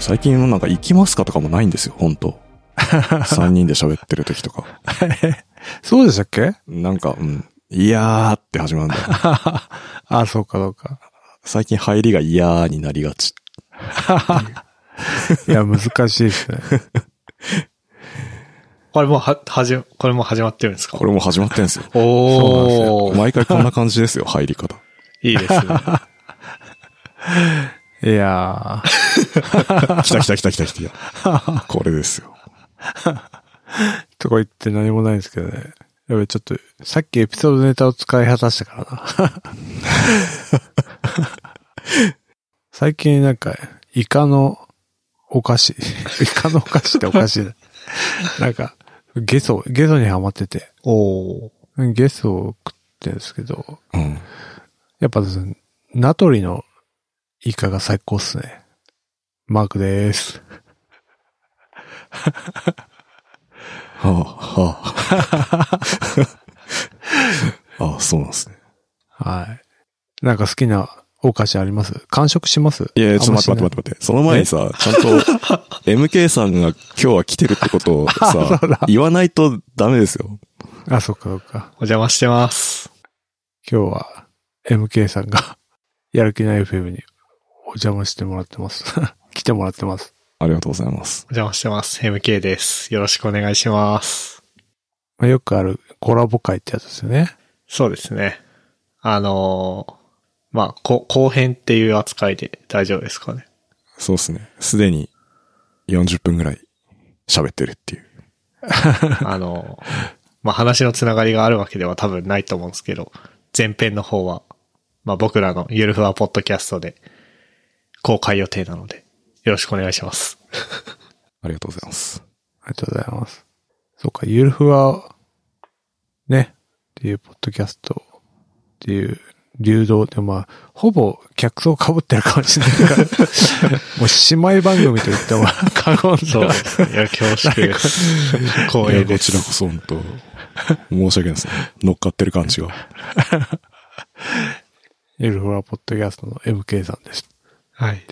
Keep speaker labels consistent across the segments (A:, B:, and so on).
A: 最近のなんか行きますかとかもないんですよ、本当三人で喋ってる時とか。
B: そうでしたっけ
A: なんか、うん。いやーって始まるんだよ。
B: あ、そうかそうか。
A: 最近入りがいやーになりがち。
B: いや、難しいです ね。
C: これもうは、はじ、これもう始まってるんですか
A: これもう始まってんですよ。
C: おー。
A: 毎回こんな感じですよ、入り方。
C: いいですね。
B: いや
A: 来た来た来た来た来た。これですよ。
B: ー、とか言って何もないですけどね。やべ、ちょっと、さっきエピソードネタを使い果たしたから な。最近なんか、イカのお菓 子。イカのお菓子っておかしいな。なんか、ゲソ、ゲソにハマってて。
C: おー。
B: ゲソを食ってるんですけど、
A: うん。
B: やっぱですね、ナトリのイカが最高っすね。マークでーす。
A: はあ、はあ。 ああ、そうなんですね。
B: はい。なんか好きなお菓子あります完食します
A: いやいや、ちょっと待って
B: あんましない
A: 待って待って。その前にさ、ちゃんと MK さんが今日は来てるってことをさ、言わないとダメですよ。
B: あ、そっかそっか。
C: お邪魔してます。
B: 今日は MK さんが やる気ない FM にお邪魔してもらってます。 来てもらってます。
A: ありがとうございます。
C: お邪魔してます。MK です。よろしくお願いします。
B: まあ、よくあるコラボ会ってやつですよね。
C: そうですね。あのー、まあ、こ後編っていう扱いで大丈夫です かね。
A: そうですね。すでに40分ぐらい喋ってるっていう。
C: あの、まあ、話のつながりがあるわけでは多分ないと思うんですけど、前編の方は、まあ、僕らのゆるふわポッドキャストで公開予定なので、よろしくお願いします。
A: ありがとうございます。
B: ありがとうございます。そうか、ゆるふわ、ね、っていうポッドキャストっていう流動で、まあ、ほぼ客層被ってるかもしれないから、もう姉妹番組と言っても過言
C: そ
B: で
C: う
B: は
C: ですね。いや、恐縮です。光栄
A: いや
C: で
A: こちらこ
C: す。
A: そ本当、申し訳ないですね。乗っかってる感じが。
B: ゆるふわポッドキャストの MK さんです。
C: はい。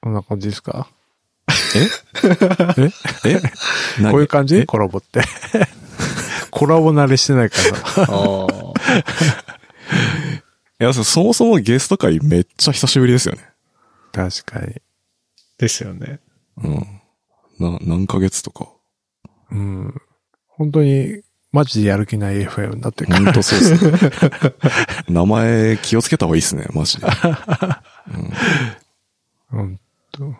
B: こんな感じですか
A: え何
B: こういう感じ
A: え
B: コラボって。 コラボ慣れしてないからさ。
C: おー
A: いや、そそもそもゲスト会めっちゃ久しぶりですよね。
B: 確かに。
C: ですよね。
A: うん。な、何ヶ月とか。
B: うん。本当に、マジでやる気ない FM になってるか
A: ほ
B: ら。
A: んとそう ですね。名前気をつけた方がいいですね、マジで。
B: うんと。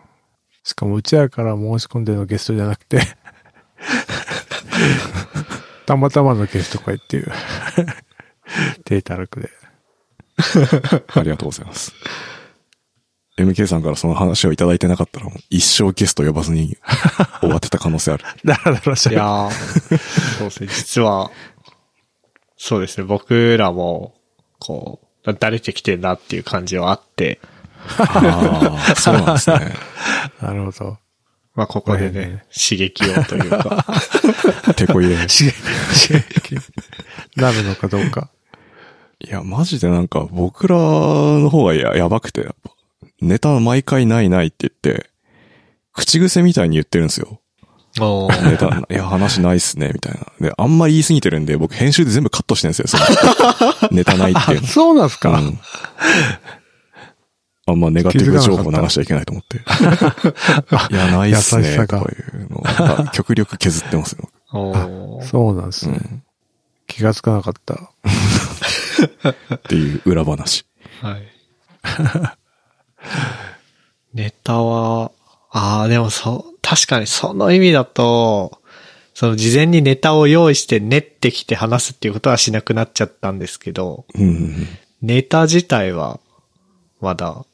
B: しかも、うちらから申し込んでのゲストじゃなくて、 たまたまのゲスト会っていう、低たらくで。
A: ありがとうございます。MK さんからその話をいただいてなかったら、もう一生ゲスト呼ばずに終わってた可能性ある。
B: だらだらし
C: いやー、そうですね。実は、そうですね。僕らも、こう、慣れてきてるなっていう感じはあって、
A: ああ、そうなんですね。
B: なるほど。
C: まあ、ここで
B: これ
C: ね、刺激をというか、
A: 手こ入れ。
B: 刺激、刺激なるのかどうか。
A: いや、マジでなんか僕らの方がややばくて、やっぱネタ毎回ないないって言って、口癖みたいに言ってるんですよ。
C: お
A: ネタ、 いや、話ないっすね、みたいな。で、あんまり言い過ぎてるんで、僕編集で全部カットしてるんですよ、その ネタないっていうの。
B: そうなんすか、
A: うんあんまネガティブ情報流しちゃいけないと思 って。いや、ないっす
B: 優し
A: ね、
B: さ
A: と
B: が
A: かいうのが極力削ってますよ。
C: おー
B: そうなんです
A: う
B: ね、
A: ん。
B: 気がつかなかった。
A: っていう裏話。
C: はい。 ネタは、ああ、でもそう、確かにその意味だと、その事前にネタを用意して練ってきて話すっていうことはしなくなっちゃったんですけど、
A: うんうん
C: ネタ自体は、まだ、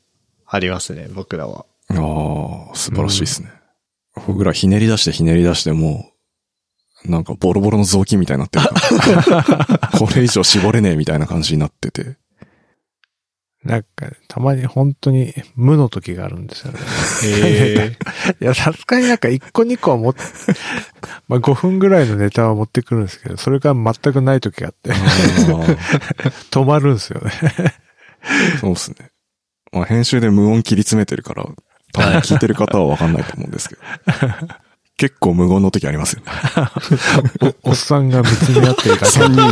C: ありますね、僕らは。
A: うん。ああ、素晴らしいですね。僕らひねり出してひねり出してもう、なんかボロボロの雑巾みたいになってる から。これ以上絞れねえみたいな感じになって て。
B: なんか、たまに本当に無の時があるんですよね。
C: え
B: いや、さすがになんか1個2個は持って、 まあ5分ぐらいのネタは持ってくるんですけど、それが全くない時があって、止 まるんですよね。
A: そうですね。まあ、編集で無音切り詰めてるから、多分聞いてる方はわかんないと思うんですけど。結構無言の時ありますよね。
B: おっさんが見つめ合ってる だけ。
A: 3人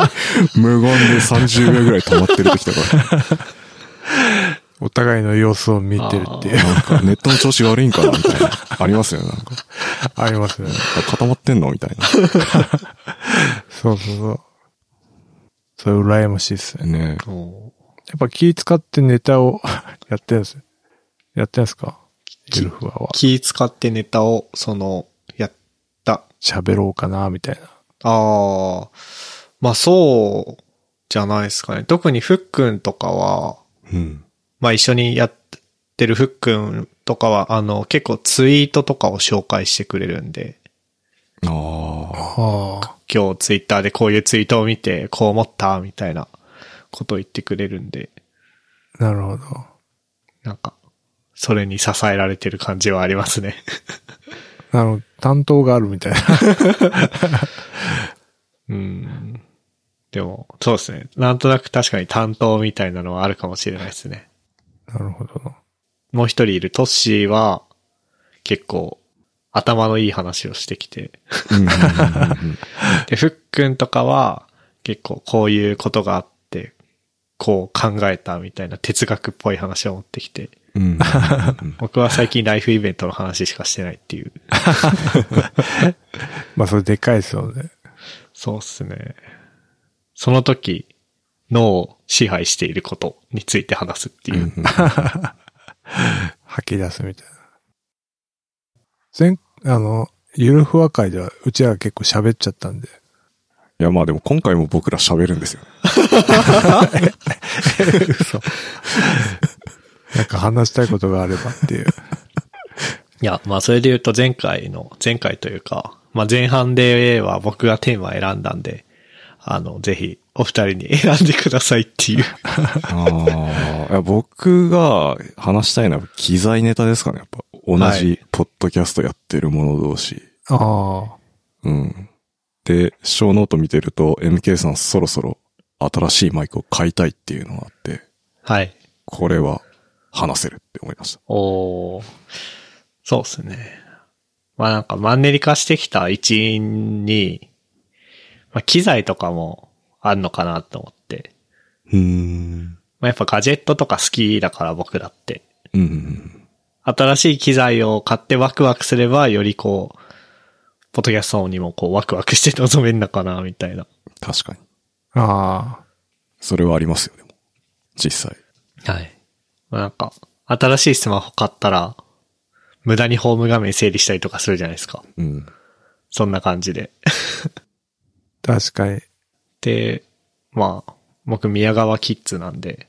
A: が、無言で30秒ぐらい止まってる時とか、
B: お互いの様子を見てるっていう、
A: なんかネットの調子悪いんかなみたいな。ありますよね。なんか
B: ありますよね。
A: 固まってんのみたい
B: そうそうそう。それ羨ましいっす
A: な。
B: ね。
A: ね
C: お
B: やっぱ気使ってネタをやってるんですよやってるんですかゆるふわは。
C: 気使ってネタを、その、やった。
B: 喋ろうかな、みたいな。
C: ああ、まあそう、じゃないですかね。特にふっくんとかは、
A: うん。
C: まあ一緒にやってるふっくんとかは、あの、結構ツイートとかを紹介してくれるんで、
A: ああ。
B: はあ。
C: 今日ツイッターでこういうツイートを見て、こう思った、みたいなことを言ってくれるんで、
B: なるほど。
C: なんか、それに支えられてる感じはありますね。
B: なるほど。担当があるみたいな。
C: うん。でも、そうですね。なんとなく確かに担当みたいなのはあるかもしれないですね。
B: なるほどな。
C: もう一人いるトッシーは、結構、頭のいい話をしてきて。
A: うんうんうんうん
C: で、ふっくんとかは、結構こういうことがあって、こう考えたみたいな哲学っぽい話を持ってきて。
A: うんうんうん
C: 僕は最近ライフイベントの話しかしてないっていう。
B: まあ、それでかいですよね。
C: そうっすね。その時、脳を支配していることについて話すっていうう。
A: んうん
B: 吐き出すみたいな。前、あの、ゆるふわ会では、うちらが結構喋っちゃっ たんで。
A: いや、まあでも今回も僕ら喋るんですよ。
B: 嘘。 なんか話したいことがあればっ ていう。
C: いや、まあそれで言うと前回の、前回というか、まあ前半では僕がテーマ選んだんで、あの、ぜひお二人に選んでくださいっ ていう。
A: ああ、いや僕が話したいのは機材ネタですかね。やっぱ同
C: は
A: じ
C: い
A: ポッドキャストやってる者同士。
B: ああ。
A: うん。で、小ノート見てると MK さんそろそろ新しいマイクを買いたいっていうのがあって、
C: はい。
A: これは話せるって思いました。
C: おーそうですね。まあなんかマンネリ化してきた一因に、まあ機材とかもあんのかなと思って。
A: うん。
C: まあやっぱガジェットとか好きだから僕だって。
A: うん。
C: 新しい機材を買ってワクワクすれば、よりこう、ポッドキャストにもこうワクワクして臨めんのかな、みたいな。
A: 確かに。
B: あ
A: それはありますよ、でも。実際。
C: はい。まあなんか、新しいスマホ買ったら、無駄にホーム画面整理したりとかするじゃないですか。
A: うん。
C: そんな感じで。
B: あ。確かに。
C: で、まあ、僕宮川キッズなんで。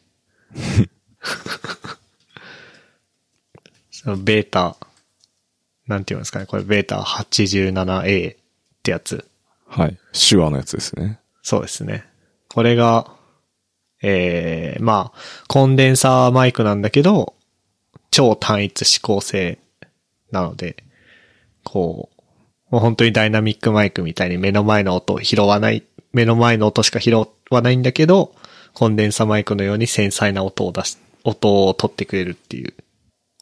C: そのベータ、なんていうんですかね、これベータ 87A ってやつ。
A: はい。手話のやつですね。
C: そうですね。これが、ええまあ、コンデンサーマイクなんだけど、超単一指向性なので、こう、もう本当にダイナミックマイクみたいに目の前の音を拾わない、目の前の音しか拾わないんだけど、コンデンサーマイクのように繊細な音を出し、音を取ってくれるっていう。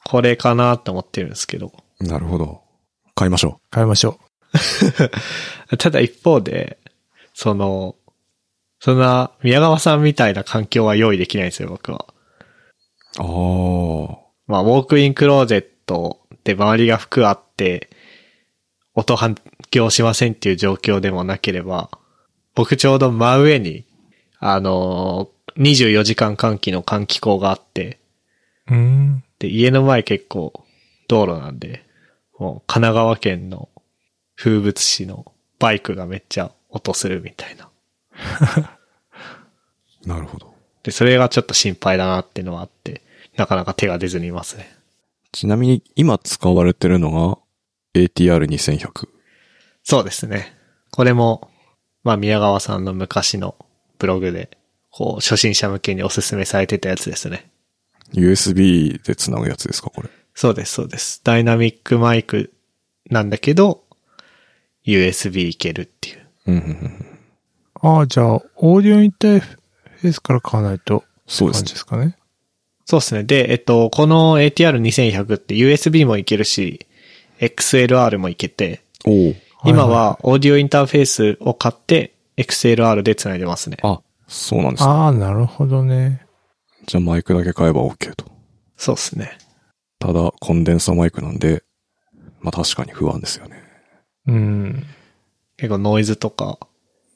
C: これかなと思ってるんですけど。
A: なるほど。買いましょ
B: 変えましょ
C: ただ一方で、その、そんな宮川さんみたいな環境は用意できないんですよ、僕は。
A: う。あ
C: まあ、ウォークインクローゼットで周りが服あって、音反響しませんっていう状況でもなければ、僕ちょうど真上に、あのー、24時間換気の換気口があって、
B: う。うん。
C: で、家の前結構道路なんで、もう神奈川県の風物詩のバイクがめっちゃ音するみたいな。
A: あ。なるほど。
C: で、それがちょっと心配だなっていうのはあって、なかなか手が出ずにいますね。
A: ちなみに今使われてるのが ATR2100。
C: そうですね。これも、まあ宮川さんの昔のブログで、こう、初心者向けにおすすめされてたやつですね。
A: USB で繋ぐやつですか、これ。
C: そうです、そうです。ダイナミックマイクなんだけど、USB いけるっていう。
A: うんうんうん。
B: ああ、じゃあ、オーディオインターフェースから買わないと、
A: そうです
B: 感じ
A: ね
B: で。すかね。
C: そうですね。で、えっと、この ATR2100 って USB もいけるし、XLR もいけて、
A: おう
C: 今はオーディオインターフェースを買って、XLR で繋いでますね。
A: あ、そうなんですね。
B: ああ、なるほどね。
A: じゃあマイクだけ買えば OK と。
C: そうですね。
A: ただ、コンデンサーマイクなんで、まあ確かに不安ですよね。
B: うん。
C: 結構ノイズとか、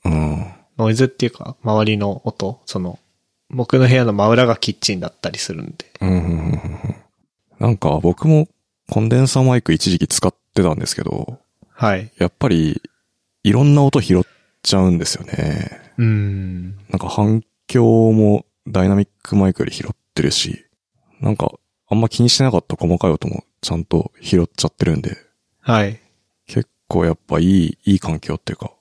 A: うん。
C: ノイズっていうか、周りの音、その、僕の部屋の真裏がキッチンだったりするんで。
A: うんうんうんうんうんなんか僕もコンデンサーマイク一時期使ってたんですけど、
C: はい。
A: やっぱりいろんな音拾っちゃうんですよね。
C: うん。
A: なんか反響もダイナミックマイクより拾ってるし、なんかあんま気にしてなかった細かい音もちゃんと拾っちゃってるんで、
C: はい。
A: 結構やっぱいい、いい環境っていうか、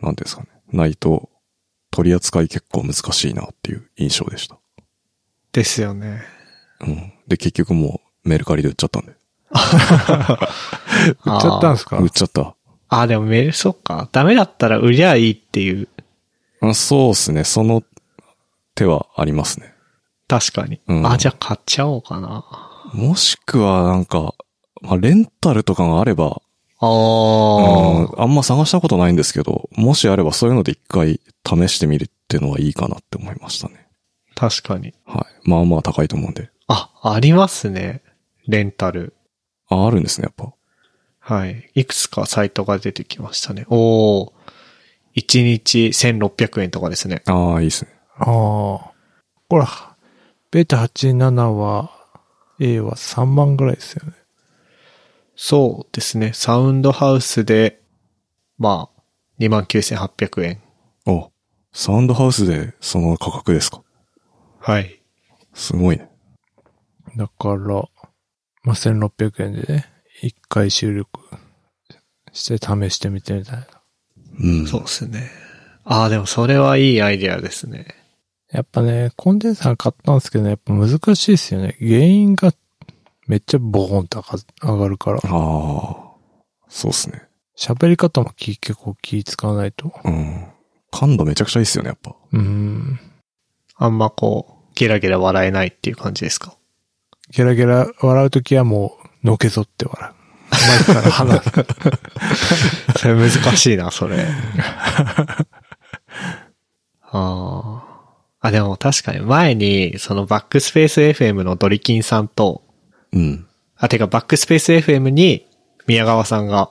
A: なんていうんですかね。ないと取り扱い結構難しいなっていう印象でした。
C: ですよね。
A: うん。で、結局もうメルカリで売っちゃったんで。
B: 売っちゃったんですか
A: 売っちゃった。
C: あ、でもメール、そっか。ダメだったら売りゃいいっていう、
A: あそうですね。その手はありますね。
C: 確かに。
A: うん
C: あ、じゃあ買っちゃおうかな。
A: もしくはなんか、まあ、レンタルとかがあれば、
C: あ
A: うん
C: ー。
A: あんま探したことないんですけど、もしあればそういうので一回試してみるっていうのはいいかなって思いましたね。
C: 確かに。
A: はい。まあまあ高いと思うんで。
C: あ、ありますね。レンタル。
A: あ、あるんですね、やっぱ。
C: はい。いくつかサイトが出てきましたね。おー。1日1600円とかですね。
A: ああ、いいですね。
B: ああ。ほら、ベータ87は、A は3万ぐらいですよね。
C: そうですね。サウンドハウスで、まあ、29,800円。
A: あ、サウンドハウスでその価格ですか。
C: はい。
A: すごいね。
B: だから、まあ、1600円でね、一回収録して試してみてみたいな。
A: うん。
C: そうですね。ああ、でもそれはいいアイデアですね。
B: やっぱね、コンデンサー買ったんですけどね、やっぱ難しいですよね。原因がめっちゃボーンと上がるから、
A: ああ、そうですね。
B: 喋り方も気結構気使わないと。
A: うん。感度めちゃくちゃいいっすよね、やっぱ。
B: うん。
C: あんまこう、ゲラゲラ笑えないっていう感じですか。
B: ゲラゲラ笑うときはもう、のけぞって笑う。マイクから離す。
C: それ難しいな、それ。ああ。あ、でも確かに前に、そのバックスペース FM のドリキンさんと、
A: うん。
C: あ、てか、バックスペース FM に宮川さんが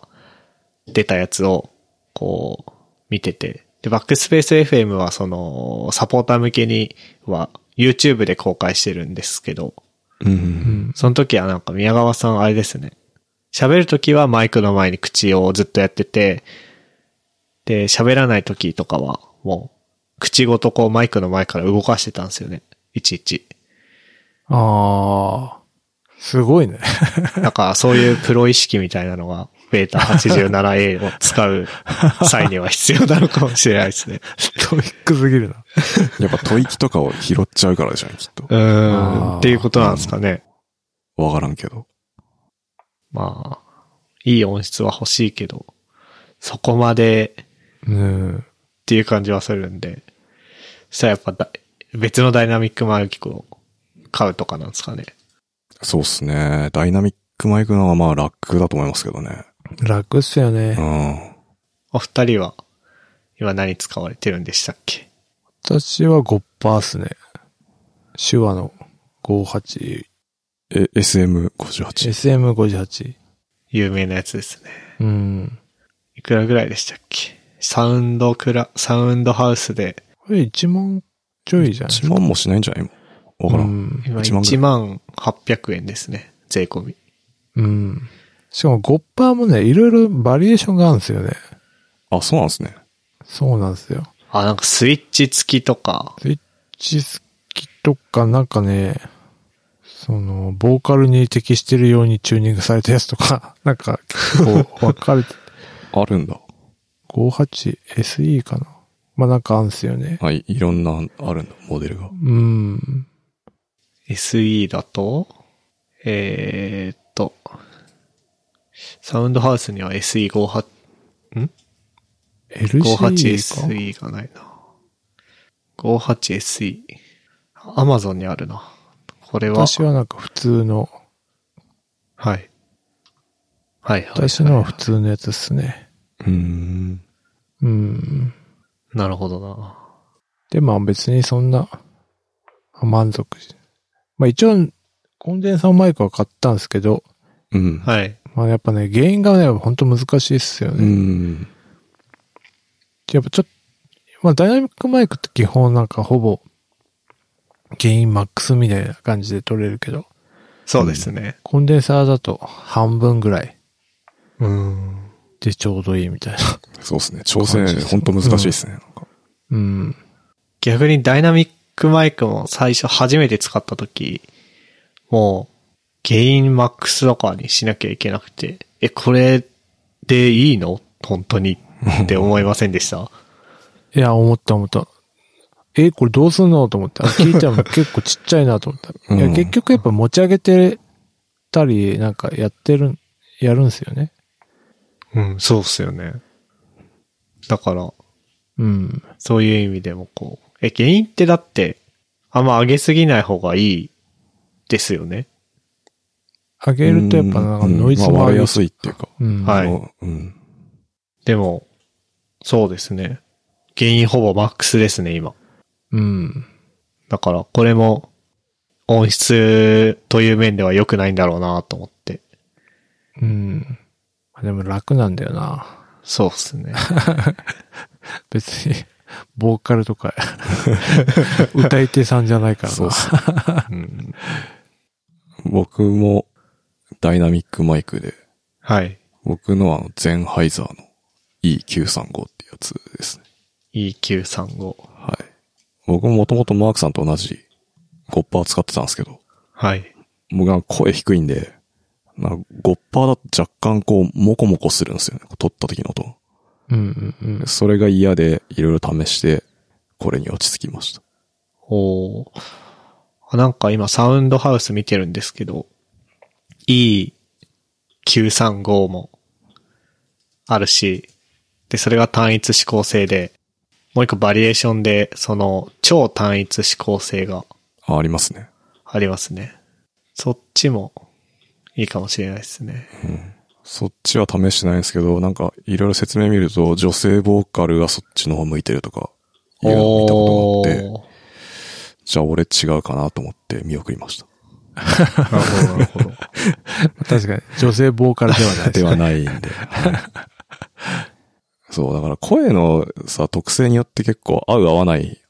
C: 出たやつを、こう、見てて。で、バックスペース FM は、その、サポーター向けには、YouTube で公開してるんですけど、
A: うんうんう。
B: うんん。
C: その時はなんか宮川さんあれですね。喋る時はマイクの前に口をずっとやってて、で、喋らない時とかは、もう、口ごとこうマイクの前から動かしてたんですよね。いちいち。
B: あー。すごいね。
C: なんか、そういうプロ意識みたいなのが、ベータ 87A を使う際には必要なのかもしれないですね。
B: トイックすぎるな。
A: やっぱ吐息とかを拾っちゃうからでしょうね、きっと
C: う。ー
B: あー
C: ん。っていうことなんですかね。
A: わからんけど。
C: まあ、いい音質は欲しいけど、そこまでっ
B: うん。
C: ていう感じはするんで、そしたらやっぱだ、別のダイナミックマイクを買うとかなんですかね。
A: そうっすね。ダイナミックマイクの方がまあ楽だと思いますけどね。
B: 楽っすよね。
A: うん。
C: お二人は、今何使われてるんでしたっけ
B: 私は5%っすね。手話の58、
A: え、SM58。
B: SM58。
C: 有名なやつですね。
B: うん。
C: いくらぐらいでしたっけサウンドクラ、サウンドハウスで、
B: これ1万ちょいじゃない
A: 1万もしないんじゃない今。わから。
B: うんん。
C: 今
A: 1万
C: 1万800円ですね。税込み。
B: うん。しかも5%もね、いろいろバリエーションがあるんですよね。
A: あ、そうなんですね。
B: そうなんですよ。
C: あ、なんかスイッチ付きとか。
B: スイッチ好きとか、なんかね、その、ボーカルに適してるようにチューニングされたやつとか、 なんか結構分かれて、
A: あるんだ。
B: 58SE かな。まあなんかあるんですよね。
A: はい。いろんな、あるんだ。モデルが。
B: うん。
C: SE だと、えーっと、サウンドハウスには SE58、ん
B: LCD か。
C: ?58SE がないな。58SE。アマゾンにあるな。これは。
B: 私はなんか普通の、
C: はい。はいはい、はい。
B: 私のは普通のやつですね。
A: うーん。
B: うん。
C: なるほどな。
B: で、まあ別にそんな、満足し。まあ一応、コンデンサーマイクは買ったんですけど、
A: うん。
C: はい。
B: まあやっぱね、原因がね、本当難しいっすよ
A: う
B: ね。
A: ん。
B: やっぱちょっと、まあダイナミックマイクって基本なんかほぼ、原因マックスみたいな感じで取れるけど、
C: そうですね。
B: コンデンサーだと半分ぐらい
C: うん。
B: でちょうどいいみたいな。
A: そうですね。調整、ほんと難しいですね。なんか
B: うん。
C: 逆にダイナミックマイクも最初初めて使った時、もう、ゲインマックスとかにしなきゃいけなくて、え、これでいいの本当にって思いませんでした。
B: いや、思った思った。え、これどうすんのと思って。あ聞いたの結構ちっちゃいなと思った。いや、
A: うん
B: 結局やっぱ持ち上げてたり、なんかやってる、やるんですよね。
C: うん、そうっすよね。だから、
B: うん。
C: そういう意味でもこう。え、原因ってだって、あんま上げすぎない方がいいですよね。
B: 上げるとやっぱなんかノイズ
A: うんまあ
B: もあ
A: 割れ
B: る
A: やすいっていうか。
B: うん。
C: はい
A: もううん。
C: でも、そうですね。原因ほぼマックスですね、今。
B: うん。
C: だから、これも、音質という面では良くないんだろうなと思って。
B: うん。でも楽なんだよな。
C: そうっすね。
B: 別に、ボーカルとか、 歌い手さんじゃないからな。
A: そうっす
C: うん
A: 僕もダイナミックマイクで、
C: はい。
A: 僕のはあのゼンハイザーの E935 ってやつですね。
C: EQ35。
A: はい。僕ももともとマークさんと同じゴッパー使ってたんですけど、
C: はい。
A: 僕は声低いんで、なんかゴッパーだと若干こう、モコモコするんですよね。撮った時の音。
B: うんうんうん。
A: それが嫌で、いろいろ試して、これに落ち着きました。
C: おーあなんか今サウンドハウス見てるんですけど、E935 もあるし、で、それが単一指向性で、もう一個バリエーションで、その超単一指向性が
A: あ、ありますね。
C: ありますね。そっちもいいかもしれないですね。
A: そっちは試してないんですけど、なんか、いろいろ説明見ると、女性ボーカルがそっちの方向いてるとか、いうのを見たことがあって、
C: おー
A: じゃあ俺違うかなと思って見送りました。
C: なるほど、なるほど。
B: 確かに、女性ボーカルではない
A: で
B: ね
A: はないんで。そう、だから声のさ、特性によって結構合う合わない、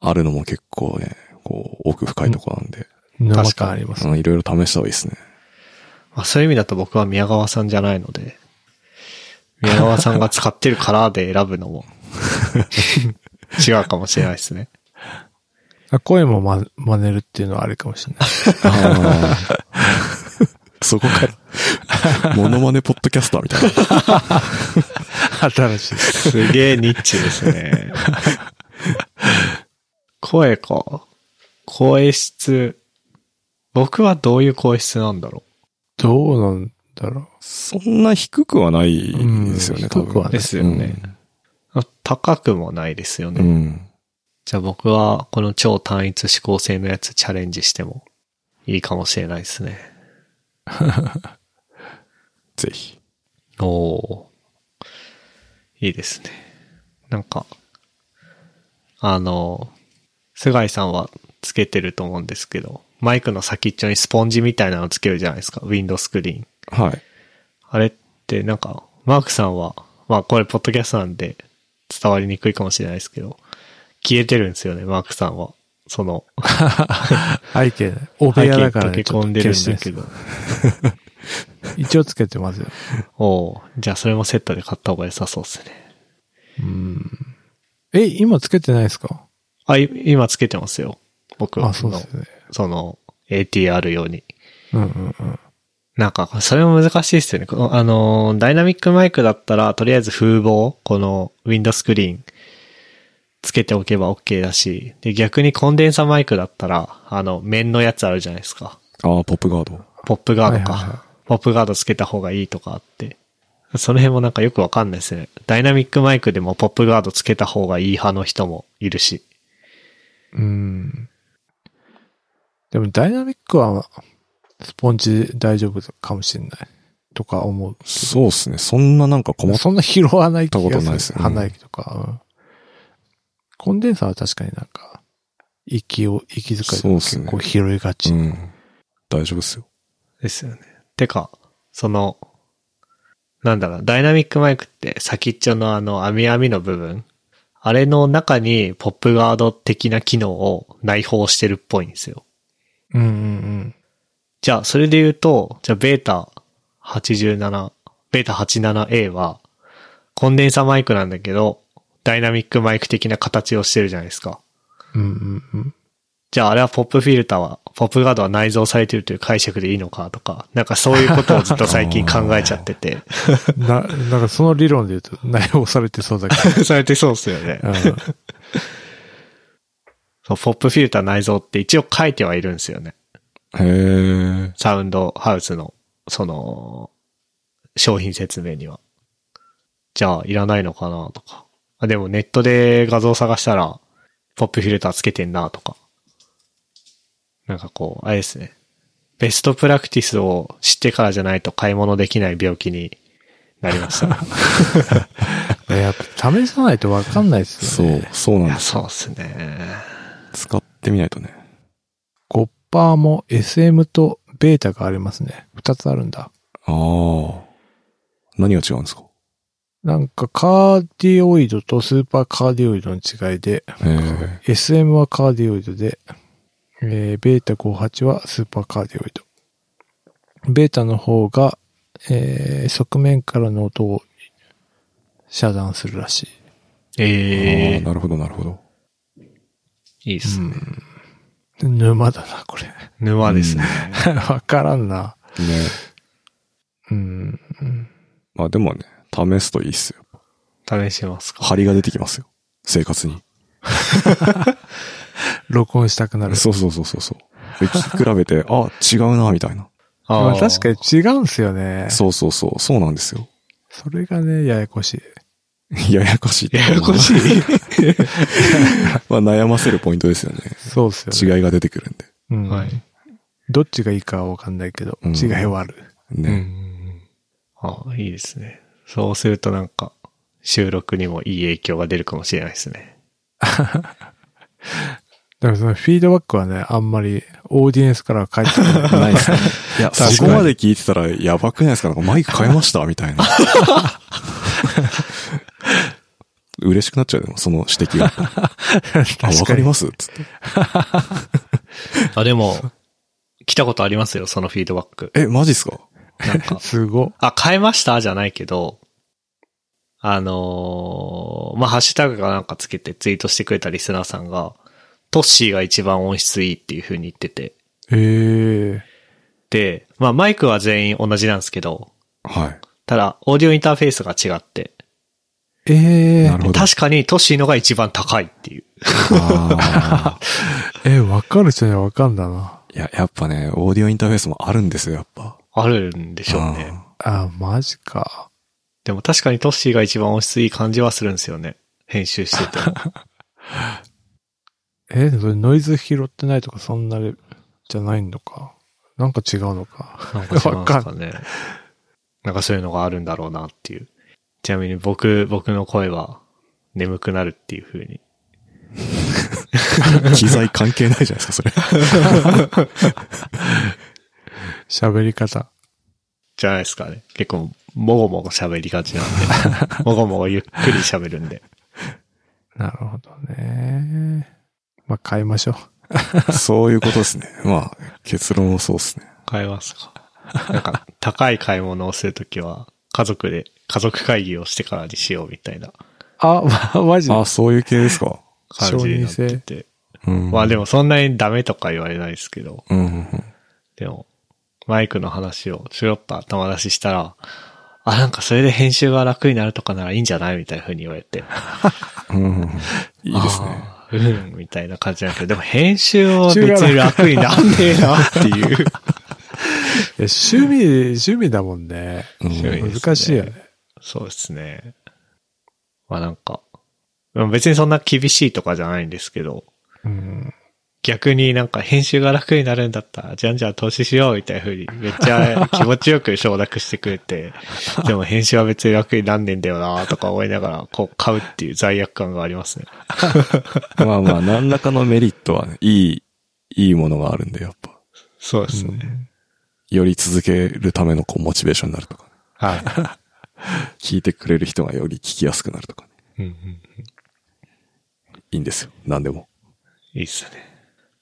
A: あるのも結構ね、こう、奥深いとこなんで、
B: 生感あります
A: あ。のいろいろ試した方がいいですね。
C: まあ、そういう意味だと僕は宮川さんじゃないので、宮川さんが使ってるからで選ぶの も違うかもしれないですね。
B: 声もま、真似るっていうのはあれかもしれない。
A: そこから、モノマネポッドキャスターみたいな。
B: 新しい。
C: すげえニッチですね。 声か。声質。僕はどういう声質なんだろ
B: どうなんだろ
A: そんな低くはないですよね、
B: うん
A: 多分
B: 低くは
C: う。
B: ない
C: ですよね。高くもないですよ
A: う
C: ね。
A: ん。うん
C: じゃあ僕はこの超単一指向性のやつチャレンジしてもいいかもしれないですね。
A: ぜひ。
C: おおーいいですね。なんか、あの、菅井さんはつけてると思うんですけど、マイクの先っちょにスポンジみたいなのつけるじゃないですか、ウィンドウスクリーン。
A: はい。
C: あれってなんか、マークさんは、まあこれポッドキャストなんで伝わりにくいかもしれないですけど、消えてるんですよね、マークさんは。その、
B: う。背景ね。大部
C: 背景
B: 屋
C: に
B: だから
C: 溶け
B: ね、
C: 込んでるんだけ
B: ど。
C: ど。
B: 一応つけてますよ。
C: おおじゃあそれもセットで買った方が良さそうですね。
B: うん。え、今つけてないですか
C: あ、い今つけてますよ。僕
B: あ、そうです
C: の
B: よね。
C: その、ATR 用に。
B: うんうんうん。
C: なんか、それも難しいですよね。このあのー、ダイナミックマイクだったら、とりあえず風防、このウィンドスクリーン、つけておけば OK だし、で、逆にコンデンサマイクだったら、あの、面のやつあるじゃないですか。
A: ああ、ポップガード。
C: ポップガードか。
B: はいはいは
C: ポップガードつけた方がいいとかあって。その辺もなんかよくわかんないですね。ダイナミックマイクでもポップガードつけた方がいい派の人もいるし。
B: うん。でもダイナミックは、スポンジ大丈夫かもしれない。とか思う。
A: そうですね。そんななんか困っ
B: そんな拾わない気がする
A: たことないですね
B: 鼻息とか、うんコンデンサーは確かになんか、息を、息遣いとか
A: そうっす
B: 結
A: ね
B: 構拾いがち。
A: うん。大丈夫ですよ。
C: ですよね。てか、その、なんだろう、ダイナミックマイクって先っちょのあの網網の部分、あれの中にポップガード的な機能を内包してるっぽいんですよ。
B: うんうんうん。
C: じゃあ、それで言うと、じゃあ、ベータ87、ベータ 87A は、コンデンサマイクなんだけど、ダイナミックマイク的な形をしてるじゃないですか。
B: うんうんうん。
C: じゃあ、あれはポップフィルターは、ポップガードは内蔵されてるという解釈でいいのかとか、なんかそういうことをずっと最近考えちゃってて、
B: な、 なんかその理論で言うと、内容されてそうだけ
C: されてそうですよね。
B: ど。うん
C: そう、ポップフィルター内蔵って一応書いてはいるんですよね。
A: へえ。
C: サウンドハウスの、その、商品説明には。じゃあ、いらないのかなとか。あでもネットで画像探したら、ポップフィルターつけてんなとか。なんかこう、あれですね。ベストプラクティスを知ってからじゃないと買い物できない病気になりました。
B: ねやっぱ試さないとわかんないです
A: そ
B: よね。
A: う、そう
C: い
A: なん
C: や、
A: です。
C: そうですね。
A: 使ってみないとね。
B: ゴッパーも SM とベータがありますね。二つあるんだ。
A: ああ。何が違うんですか
B: なんかカーディオイドとスーパーカーディオイドの違いで、
A: へえ。
B: SM はカーディオイドで、えー、ベータ58はスーパーカーディオイド。ベータの方が、えー、側面からの音を遮断するらしい。
C: ええ
A: あーなるほど、なるほど。
C: いいですね。
B: 沼だな、これ。
C: 沼ですね。
B: わからんな。
A: ね。
B: うん。
A: まあでもね、試すといいっすよ。
C: 試しますか。
A: 張りが出てきますよ。生活に。
B: 録音したくなる。
A: そうそうそうそうそう。で、聞き比べて、あ、違うな、みたいな。
B: まあ
C: ー
B: 確かに違うんすよね。
A: そうそうそう、そうなんですよ。
B: それがね、ややこしい。
A: ややこしい。
C: ややこしい。
A: まあ悩ませるポイントですよね。
B: そうっすよね。
A: 違いが出てくるんで。
B: うん
C: はい。
B: どっちがいいかはわかんないけど、
A: うん
B: 違いはある。
A: ね。
C: ああ、いいですね。そうするとなんか、収録にもいい影響が出るかもしれないですね。
B: だからそのフィードバックはね、あんまりオーディエンスからは返ってこない。
A: ないっ すね。いや、
B: 確かに、
A: そこまで聞いてたらやばくないですかなんかマイク変えましたみた いな。嬉しくなっちゃうよ、でもその指摘が。あ、わかりますつって。
C: あ、でも、来たことありますよ、そのフィードバック。
A: え、マジっすか
C: なんか
B: すご。
C: あ、変えましたじゃないけど、あのーまあ、ハッシュタグかなんかつけてツイートしてくれたリスナーさんが、トッシーが一番音質いいっていう風に言ってて。
B: ええ
C: で、まあ、マイクは全員同じなんですけど、
A: はい。
C: ただ、オーディオインターフェースが違って、
B: ええ
A: なるほど。
C: 確かにトッシーのが一番高いっていう。
A: あー
B: え、わかる人にはわかんだな。
A: いや、やっぱね、オーディオインターフェースもあるんですよ、やっぱ。
C: あるんでしょうね。
B: あ、マジか。
C: でも確かにトッシーが一番音質いい感じはするんですよね。編集して ても。
B: え、それノイズ拾ってないとかそんなレじゃないのか。なんか違うのか。
C: なんか違うん
B: わ
C: で
B: か
C: すか
B: ん
C: ね。なんかそういうのがあるんだろうなっていう。ちなみに僕、僕の声は眠くなるっていう風に。
A: うん機材関係ないじゃないですか、そ れ。
B: 喋り方。
C: じゃないですかね。結構、もごもご喋りがちなんで。 もごもごゆっくり喋るんで。
B: なるほどね。まあ、変えましょう。
A: そういうことですね。まあ、結論もそうですね。
C: 買えますか。なんか、高い買い物をするときは、家族で、家族会議をしてからにしようみたいな
B: あ、ま、マジで
A: あ、そういう系ですか。
C: 感じになってて。
A: うん。
C: まあでもそんなにダメとか言われないですけど。
A: うんうんうん。
C: でも、マイクの話をちょろっと頭出ししたら、あ、なんかそれで編集が楽になるとかならいいんじゃないみたいな風に言われて。
A: うんうんうんいいですね。
C: あー。うん、みたいな感じなんだけど、でも編集は別に楽になんねえなっていう。
B: いや趣味、趣味だもんね。
A: うん
C: 趣味ですね
B: 難しいよね。
C: そうですね。まあなんか、別にそんな厳しいとかじゃないんですけど、
B: うん。
C: 逆になんか編集が楽になるんだったら、じゃんじゃん投資しようみたいな風に、めっちゃ気持ちよく承諾してくれ て、でも編集は別に楽になんねんだよなとか思いながら、こう買うっていう罪悪感がありますね。
A: まあまあ、何らかのメリットはね、いい、いいものがあるんで、やっぱ。
C: そうですね。
A: より続けるためのこう、モチベーションになるとか、ね、
C: は
A: 聞いてくれる人がより聞きやすくなるとか、ね、
C: い。うんうん
A: いいんですよ。何でも。
C: いいっすね。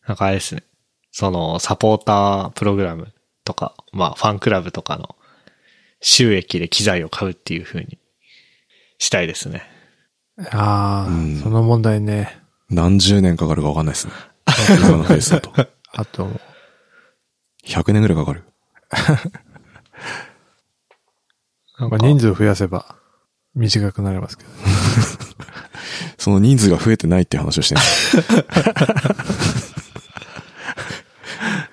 C: なんかあれですね。その、サポータープログラムとか、まあ、ファンクラブとかの収益で機材を買うっていう風にしたいですね。
B: ああ、
A: うん
B: その問題ね。
A: 何十年かかるかわかんない ですね。今のペースだと。
B: あと、
A: 100年ぐらいかかる。
C: なん
B: ま
C: か
B: あ、人数増やせば短くなりますけど。
A: その人数が増えてないっていう話をしてるんです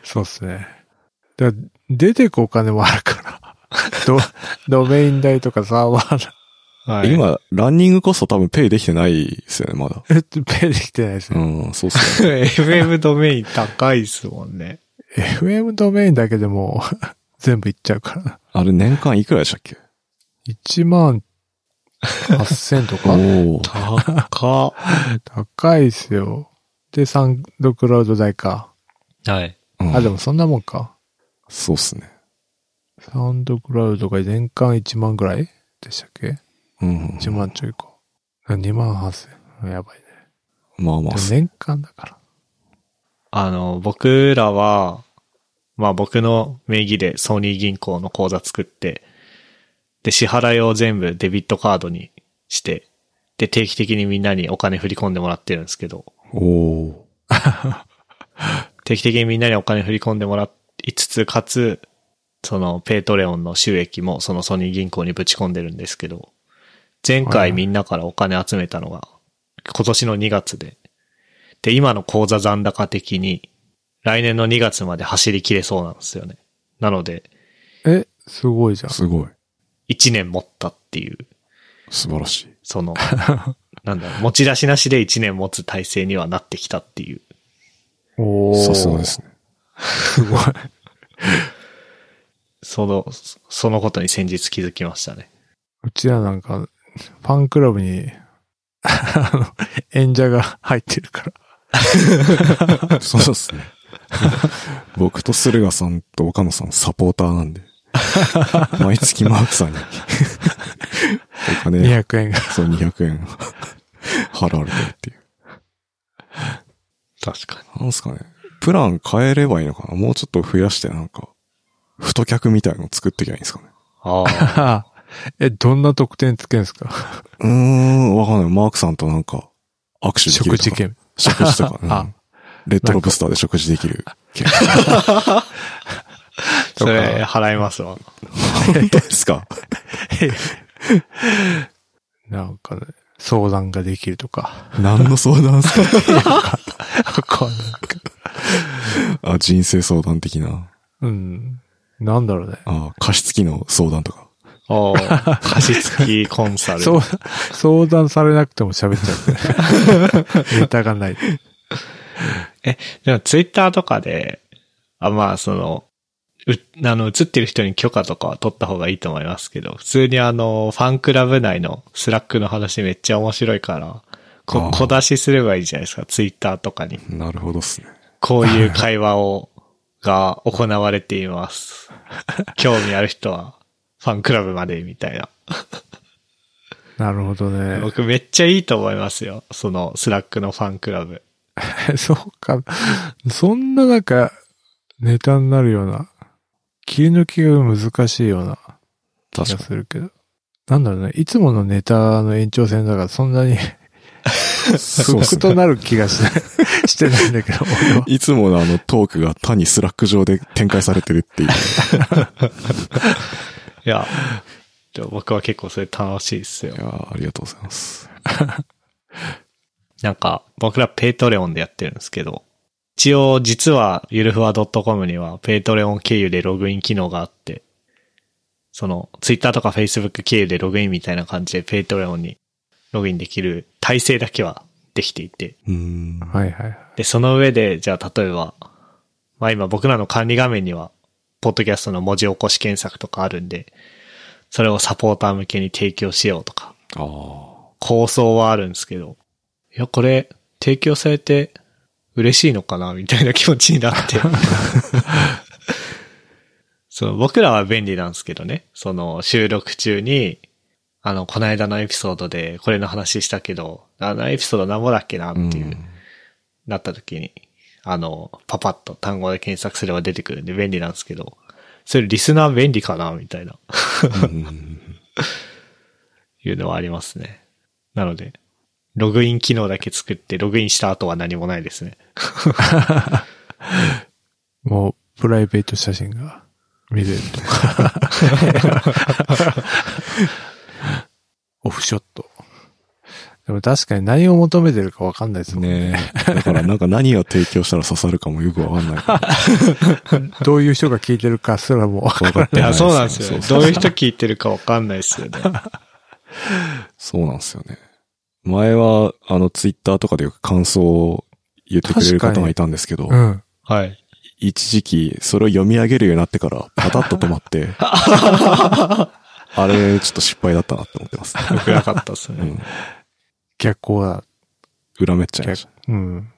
B: そうですね。だから出てくお金もあるから。 ド、ドメイン代とかサーバ ー代。
A: け
C: は
A: ど
C: い、
A: 今、ランニングコスト多分ペイできてないですよね、まだ。
B: えっと、ペイできてないですね。
A: うん、そうっ すね。
C: FM ドメイン高いですもんね。
B: FM ドメインだけでも う全部いっちゃうからな。
A: あれ年間いくらでしたっけ
B: 1万8000とか
A: おー
C: 高。
B: 高いですよ。で、サンドクラウド代か。
C: はい。
A: うん
B: あ、でもそんなもんか。
A: そうっすね。
B: サウンドクラウドが年間1万ぐらいでしたっけ
A: うん。
B: ?1 万ちょいか。2万8000。やばいね。
A: まあま
B: で
A: あ
B: も、年間だから。
C: あの、僕らは、まあ僕の名義でソニー銀行の口座作って、で、支払いを全部デビットカードにして、で、定期的にみんなにお金振り込んでもらってるんですけど、
A: おお
C: 定期的にみんなにお金振り込んでもらいつつ、かつ、そのペイトレオンの収益もそのソニー銀行にぶち込んでるんですけど、前
B: はい
C: 回みんなからお金集めたのが今年の2月で、で、今の口座残高的に来年の2月まで走り切れそうなんですよね。なので、
B: え、すごいじゃん。
A: すごい。
C: 1年持ったっていう、
A: 素晴らしい。
C: そ の、なんだろう、持ち出しなしで1年持つ体制にはなってきたっていう。
B: おー
A: さすがで。すね。
B: すごい。
C: その、そのことに先日気づきましたね。
B: うちらなんか、ファンクラブに、 あの、演者が入ってるから。
A: そうです ね。僕と駿河さんと岡野さんサポーターなんで。毎月マークさんにお金、
B: 200円が。
A: そう200円払われてるっていう。
C: 確かに。
A: なんすかね。プラン変えればいいのかなもうちょっと増やしてなんか、太客みたいの作ってきゃいいんですかね。
C: ああ。
B: え、どんな特典つけるんですか
A: うーん、わかんない。マークさんとなんか、握手でき
B: 食
A: ると
B: 事
A: か。
B: 券。
A: 食事とか。うん
B: あ
A: レッドロブスターで食事できる券。
C: それ払いますわ。
A: 本当ですか
B: なんかね、相談ができるとか。
A: 何の相談ですか
B: こう
A: あ、人生相談的な。
B: うん。なんだろうね。
A: あ、加湿器の相談とか。
C: おー加湿器コンサル。
B: そう、相談されなくても喋っちゃ う、ね。ネタがない。
C: でもツイッターとかで、あ、まあその、う、あの、映ってる人に許可とかは取った方がいいと思いますけど、普通にあの、ファンクラブ内のスラックの話めっちゃ面白いから、
A: あ
C: こ
A: ー
C: 小出しすればいいじゃないですか、ツイッターとかに。
A: なるほどっすね。
C: こういう会話を、が行われています。興味ある人は、ファンクラブまでみたいな。
B: なるほどね。
C: 僕めっちゃいいと思いますよ。その、スラックのファンクラブ。
B: そうか。そんななんか、ネタになるような、切り抜きが難しいような気
A: 確
B: が
A: か
B: するけど。なんだろうね。いつものネタの延長線だから、 そんなに
A: に。そうっす
B: 得 と
A: ね。
B: なる気がしない、 してないんだけど、俺はい
A: つものあのトークが単にスラック上で展開されてるっていう。
C: いや、でも僕は結構それ楽しいっすよ
A: い。やーありがとうございます。
C: なんか、僕らペイトレオンでやってるんですけど、一応実はゆるふわ .com にはペイトレオン経由でログイン機能があって、その、ツイッターとかフェイスブック経由でログインみたいな感じでペイトレオンにログインできる体制だけはできていて、
A: うん。
B: はいはいはい。
C: で、その上で、じゃあ例えば、まあ今僕らの管理画面には、ポッドキャストの文字起こし検索とかあるんで、それをサポーター向けに提供しようとか、
A: ああ。
C: 構想はあるんですけど、いや、これ、提供されて嬉しいのかなみたいな気持ちになって。 その僕らは便利なんですけどね。その収録中に、あの、この間のエピソードでこれの話したけど、あのエピソード何もだっけなっていう、
A: うん
C: なった時に、あの、パパッと単語で検索すれば出てくるんで便利なんですけど、それリスナー便利かなみたいな。
A: うん
C: いうのはありますね。なので、ログイン機能だけ作って、ログインした後は何もないですね。
B: もう、プライベート写真が見れるとか。 オフショット。でも確かに何を求めてるかわかんないですもんね。
A: ねえ。だからなんか何を提供したら刺さるかもよくわかんないから。
B: どういう人が聞いてるかすらも。
A: 分かっ
C: い
A: てない
C: や、 そうなんですよね。
A: そ
C: ど
A: う
C: う
A: そ
C: いうう人聞いてるかわかんないですよね。
A: そうなんですよね。前は、あの、ツイッターとかでよく感想を言ってくれる方がいたんですけど
B: う、ん。
C: はい。
A: 一時期、それを読み上げるようになってから、パタッと止まって、 あれ、ちょっと失敗だったなって思ってます。
C: よくなかったです
A: う
C: ね。
A: ん。
B: 逆光だ。
A: 裏目っちゃいました。
B: うん。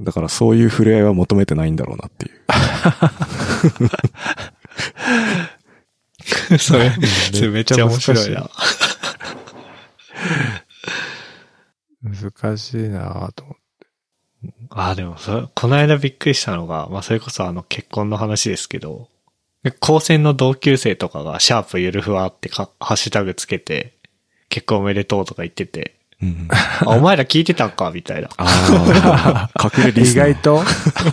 A: だからそういう触れ合いは求めてないんだろうなっていう。
C: それ、それめっちゃ面白いな。
B: 難しいなぁと思って。
C: ああ、でもそれ、この間びっくりしたのが、まあ、それこそあの、結婚の話ですけど、高専の同級生とかが、シャープゆるふわってか、ハッシュタグつけて、結婚おめでとうとか言ってて、
A: うん。
C: あ、お前ら聞いてたんかみたいな。
A: ああ、隠れリ
B: 意
A: スナー
B: 外と、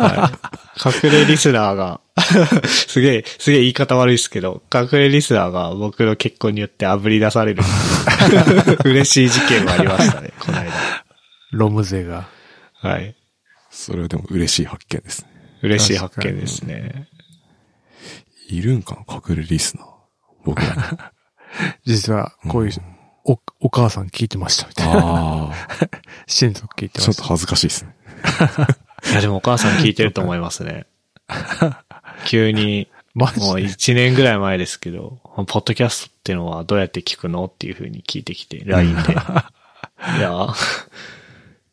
C: はい。隠れリスナーが、 すげえ、すげえ言い方悪いですけど、隠れリスナーが僕の結婚によって炙り出される。 嬉しい事件もありましたね、この間。
B: ロムゼが。
C: はい。
A: それはでも嬉しい発見ですね。
C: 嬉しい発見ですね。
A: いるんかな隠れリスナー。僕らに。
B: 実は、こういう、お、お母さん聞いてましたみたいな。
A: ああ、
B: 親族聞いてま
A: ちょっ
B: し
A: と
B: た。
A: 恥ずかしいですね。
C: いや、でもお母さん聞いてると思います ね。急に、
B: マジ
C: もう
B: で
C: 1年ぐらい前ですけど、ポッドキャストってのはどうやって聞くのっていう風に聞いてきて、LINE で。いや、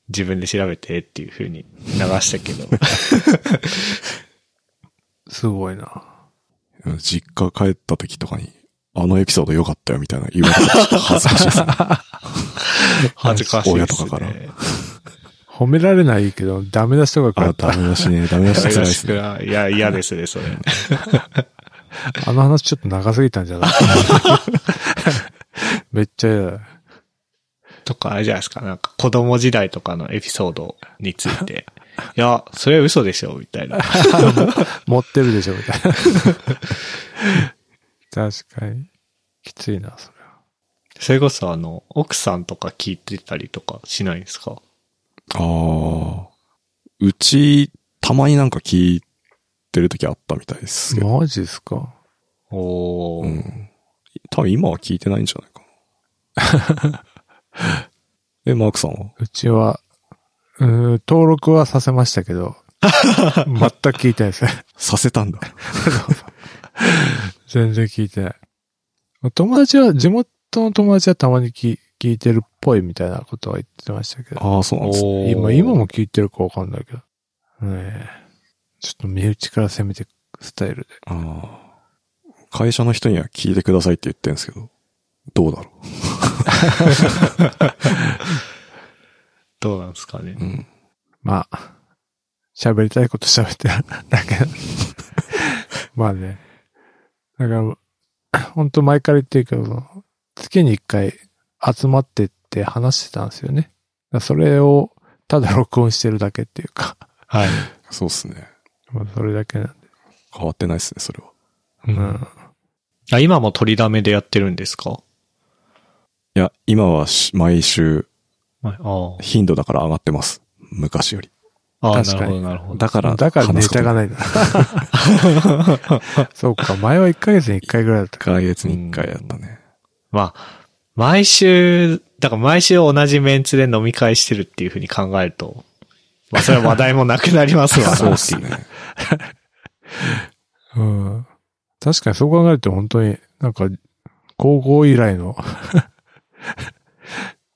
C: 自分で調べてっていう風に流したけど。
B: すごいな
A: 実家帰った時とかに、あのエピソード良かったよみたいな言われたらちょっと恥ずかしいですね。
C: 恥ずかしい
A: 親
C: です、ね。
A: とかから
B: 褒められないけど、ダメ出しとか か
A: あ、
B: った
A: ダメだしね。ダメだし辛いですね。
C: いや、嫌ですね、それ。
B: あの話ちょっと長すぎたんじゃ ないめっちゃ嫌だ。
C: とか、あれじゃないですか、なんか子供時代とかのエピソードについて。 いや、それは嘘でしょ、みたいな。
B: 持ってるでしょ、みたいな。 確かに。きついな、それは。
C: それこそ、あの、奥さんとか聞いてたりとかしないんですか
A: ああ。うち、たまになんか聞いてる時あったみたいですけど。
B: マジですか
C: おー。
A: うん。多分今は聞いてないんじゃないかな。 え、マークさんは
B: うちは、うーん、登録はさせましたけど、全く聞いてないです。
A: させ たんだ。
B: 全然聞いてない。友達は、地元の友達はたまに聞聞いてるっぽいみたいなことは言ってましたけど。
A: ああ、そうなんですね。
C: おー
B: 今、今も聞いてるかわかんないけど。ねえ。ちょっと身内から攻めていくスタイルで。
A: ああ。会社の人には聞いてくださいって言ってるんですけど、どうだろ
C: どうなんですかね
A: う。う。ん。
B: まあ、喋りたいこと喋ってる だけなんでまあね。だから、本当前から言ってるけど、月に一回集まってって話してたんですよね。だからそれをただ録音してるだけっていうか、
C: はい。
A: そうっすね。
B: まあそれだけなんで。
A: 変わってないっすね、それは。
B: うん。
C: あ今も取りだめでやってるんですか
A: いや、今はし毎週
C: ああ。
A: 頻度だから上がってます。昔より。
C: ああ、
B: 確
C: な
B: か
C: るほ
B: に
C: ど、なるほど。
A: だから、
B: だからネ
A: 話すこ
B: タ
A: と
B: がないんだ。 そうか、前は1ヶ月に1回ぐらいだったか
A: 1ヶ月に1回やったね。
C: まあ、毎週だから毎週同じメンツで飲み会してるっていうふうに考えると、まあそれは話題もなくなりますわなって
A: そ
C: い
A: う
C: う。
A: っすね。
B: うん。確かにそう考えると本当になんか、高校以来の、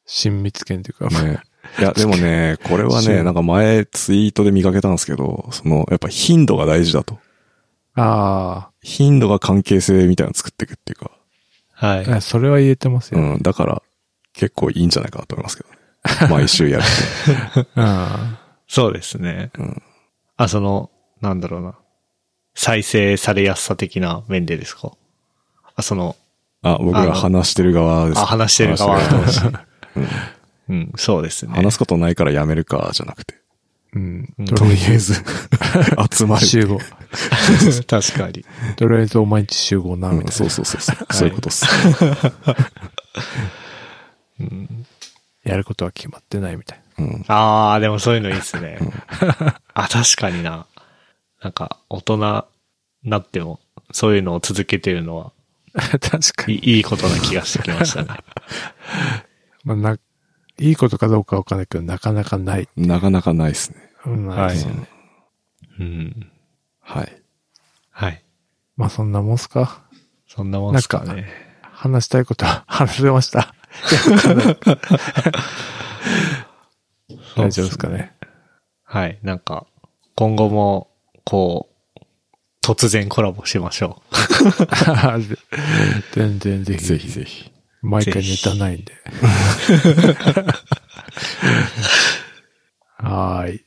B: 親密圏というか、
A: ね。いや、でもね、これは
B: そう
A: ね、なんか前ツイートで見かけたんですけど、その、やっぱ頻度が大事だと。
B: あ
A: 頻度が関係性みたいなの作っていくっていうか、
C: はい。
B: あ、それは言えてます
A: う
B: よ。
A: ん、だから、結構いいんじゃないかなと思いますけどね。毎週やるって。
B: うん。
C: そうですね。
A: うん
C: あ、その、なんだろうな。再生されやすさ的な面でですかあ、その、
A: あ、僕
C: あの
A: が話してる側です。
C: あ、話してる側
A: 話してる側
C: うん、そうですね。
A: 話すことないからやめるか、じゃなくて。
B: うん
C: うん。
B: と
A: と
B: り
A: り
B: あ
A: あ
B: え
A: え
B: ず、
A: ず、 集まる。
B: 集合。
C: 確かに。
B: とりあえずお前んち集合な、
A: う
B: み
A: ん
B: たい
A: そうそうそうそう。そういうことっす。
B: な。やることは決まってないみたい
A: うん。
C: ああ、でもそういうのいいっすね。あ、確かにな。なんか、大人になっても、そういうのを続けてるのは
B: な。確か
C: い
B: に。
C: い、いいことな気がしてきましたね。
B: まあ、な、いいことかどうかわかんないけど、なかなかない。
A: なかなかないっすね。
B: うん、
C: はい
B: ないですよね。
C: うん。
A: はい。
C: はい。
B: まあ、そんなもんすか。
C: そんなもんですか
B: なん
C: ね。
B: 話したいことは 話せました。
C: そう
B: 大
C: っ
B: 丈
C: す
B: 夫
C: ね
B: ですかね。
C: はい。なんか、今後も、こう、突然コラボしましょう。
B: 全然ぜひ。
A: ぜひぜひ。
B: 毎回ネタないんで。はーい。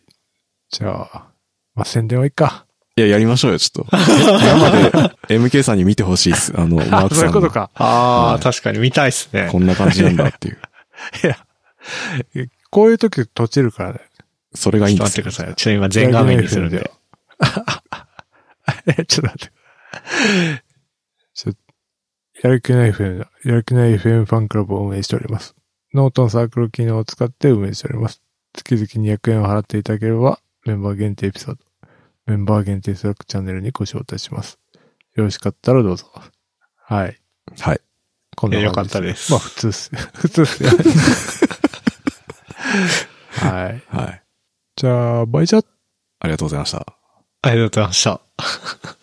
B: じゃあ、まあ、宣伝はいいか。
A: いや、やりましょうよ、ちょっと。生で MK さんに見てほしいっす。あの、マー
B: あ、
A: ク
B: そう
A: さん
B: い
A: の
B: うことか。
C: ああ、
A: はい
C: 確かに見たいっすね
A: こ。んな感じなんだっていう。
B: いや、こういう時閉じるからね。
A: それがいいん
C: ちょっと
A: で
C: 待
A: す
C: って
A: よ
C: ください。ちょっと今全画面にするんで。
B: え、 ちょっと待って。ちょやる気ない FM だ、やる気ない FM ファンクラブを運営しております。ノートのサークル機能を使って運営しております。月々200円を払っていただければ、メンバー限定エピソード、メンバー限定スラックチャンネルにご招待します。よろしかったらどうぞ。はい。
A: はい。
B: こんな感じ
C: いやよかったです
B: まあ、普通っす。普通っすよ。 はい。
A: はい。
B: じゃあ、バイチャ
A: ありがとうございました。
C: ありがとうございました。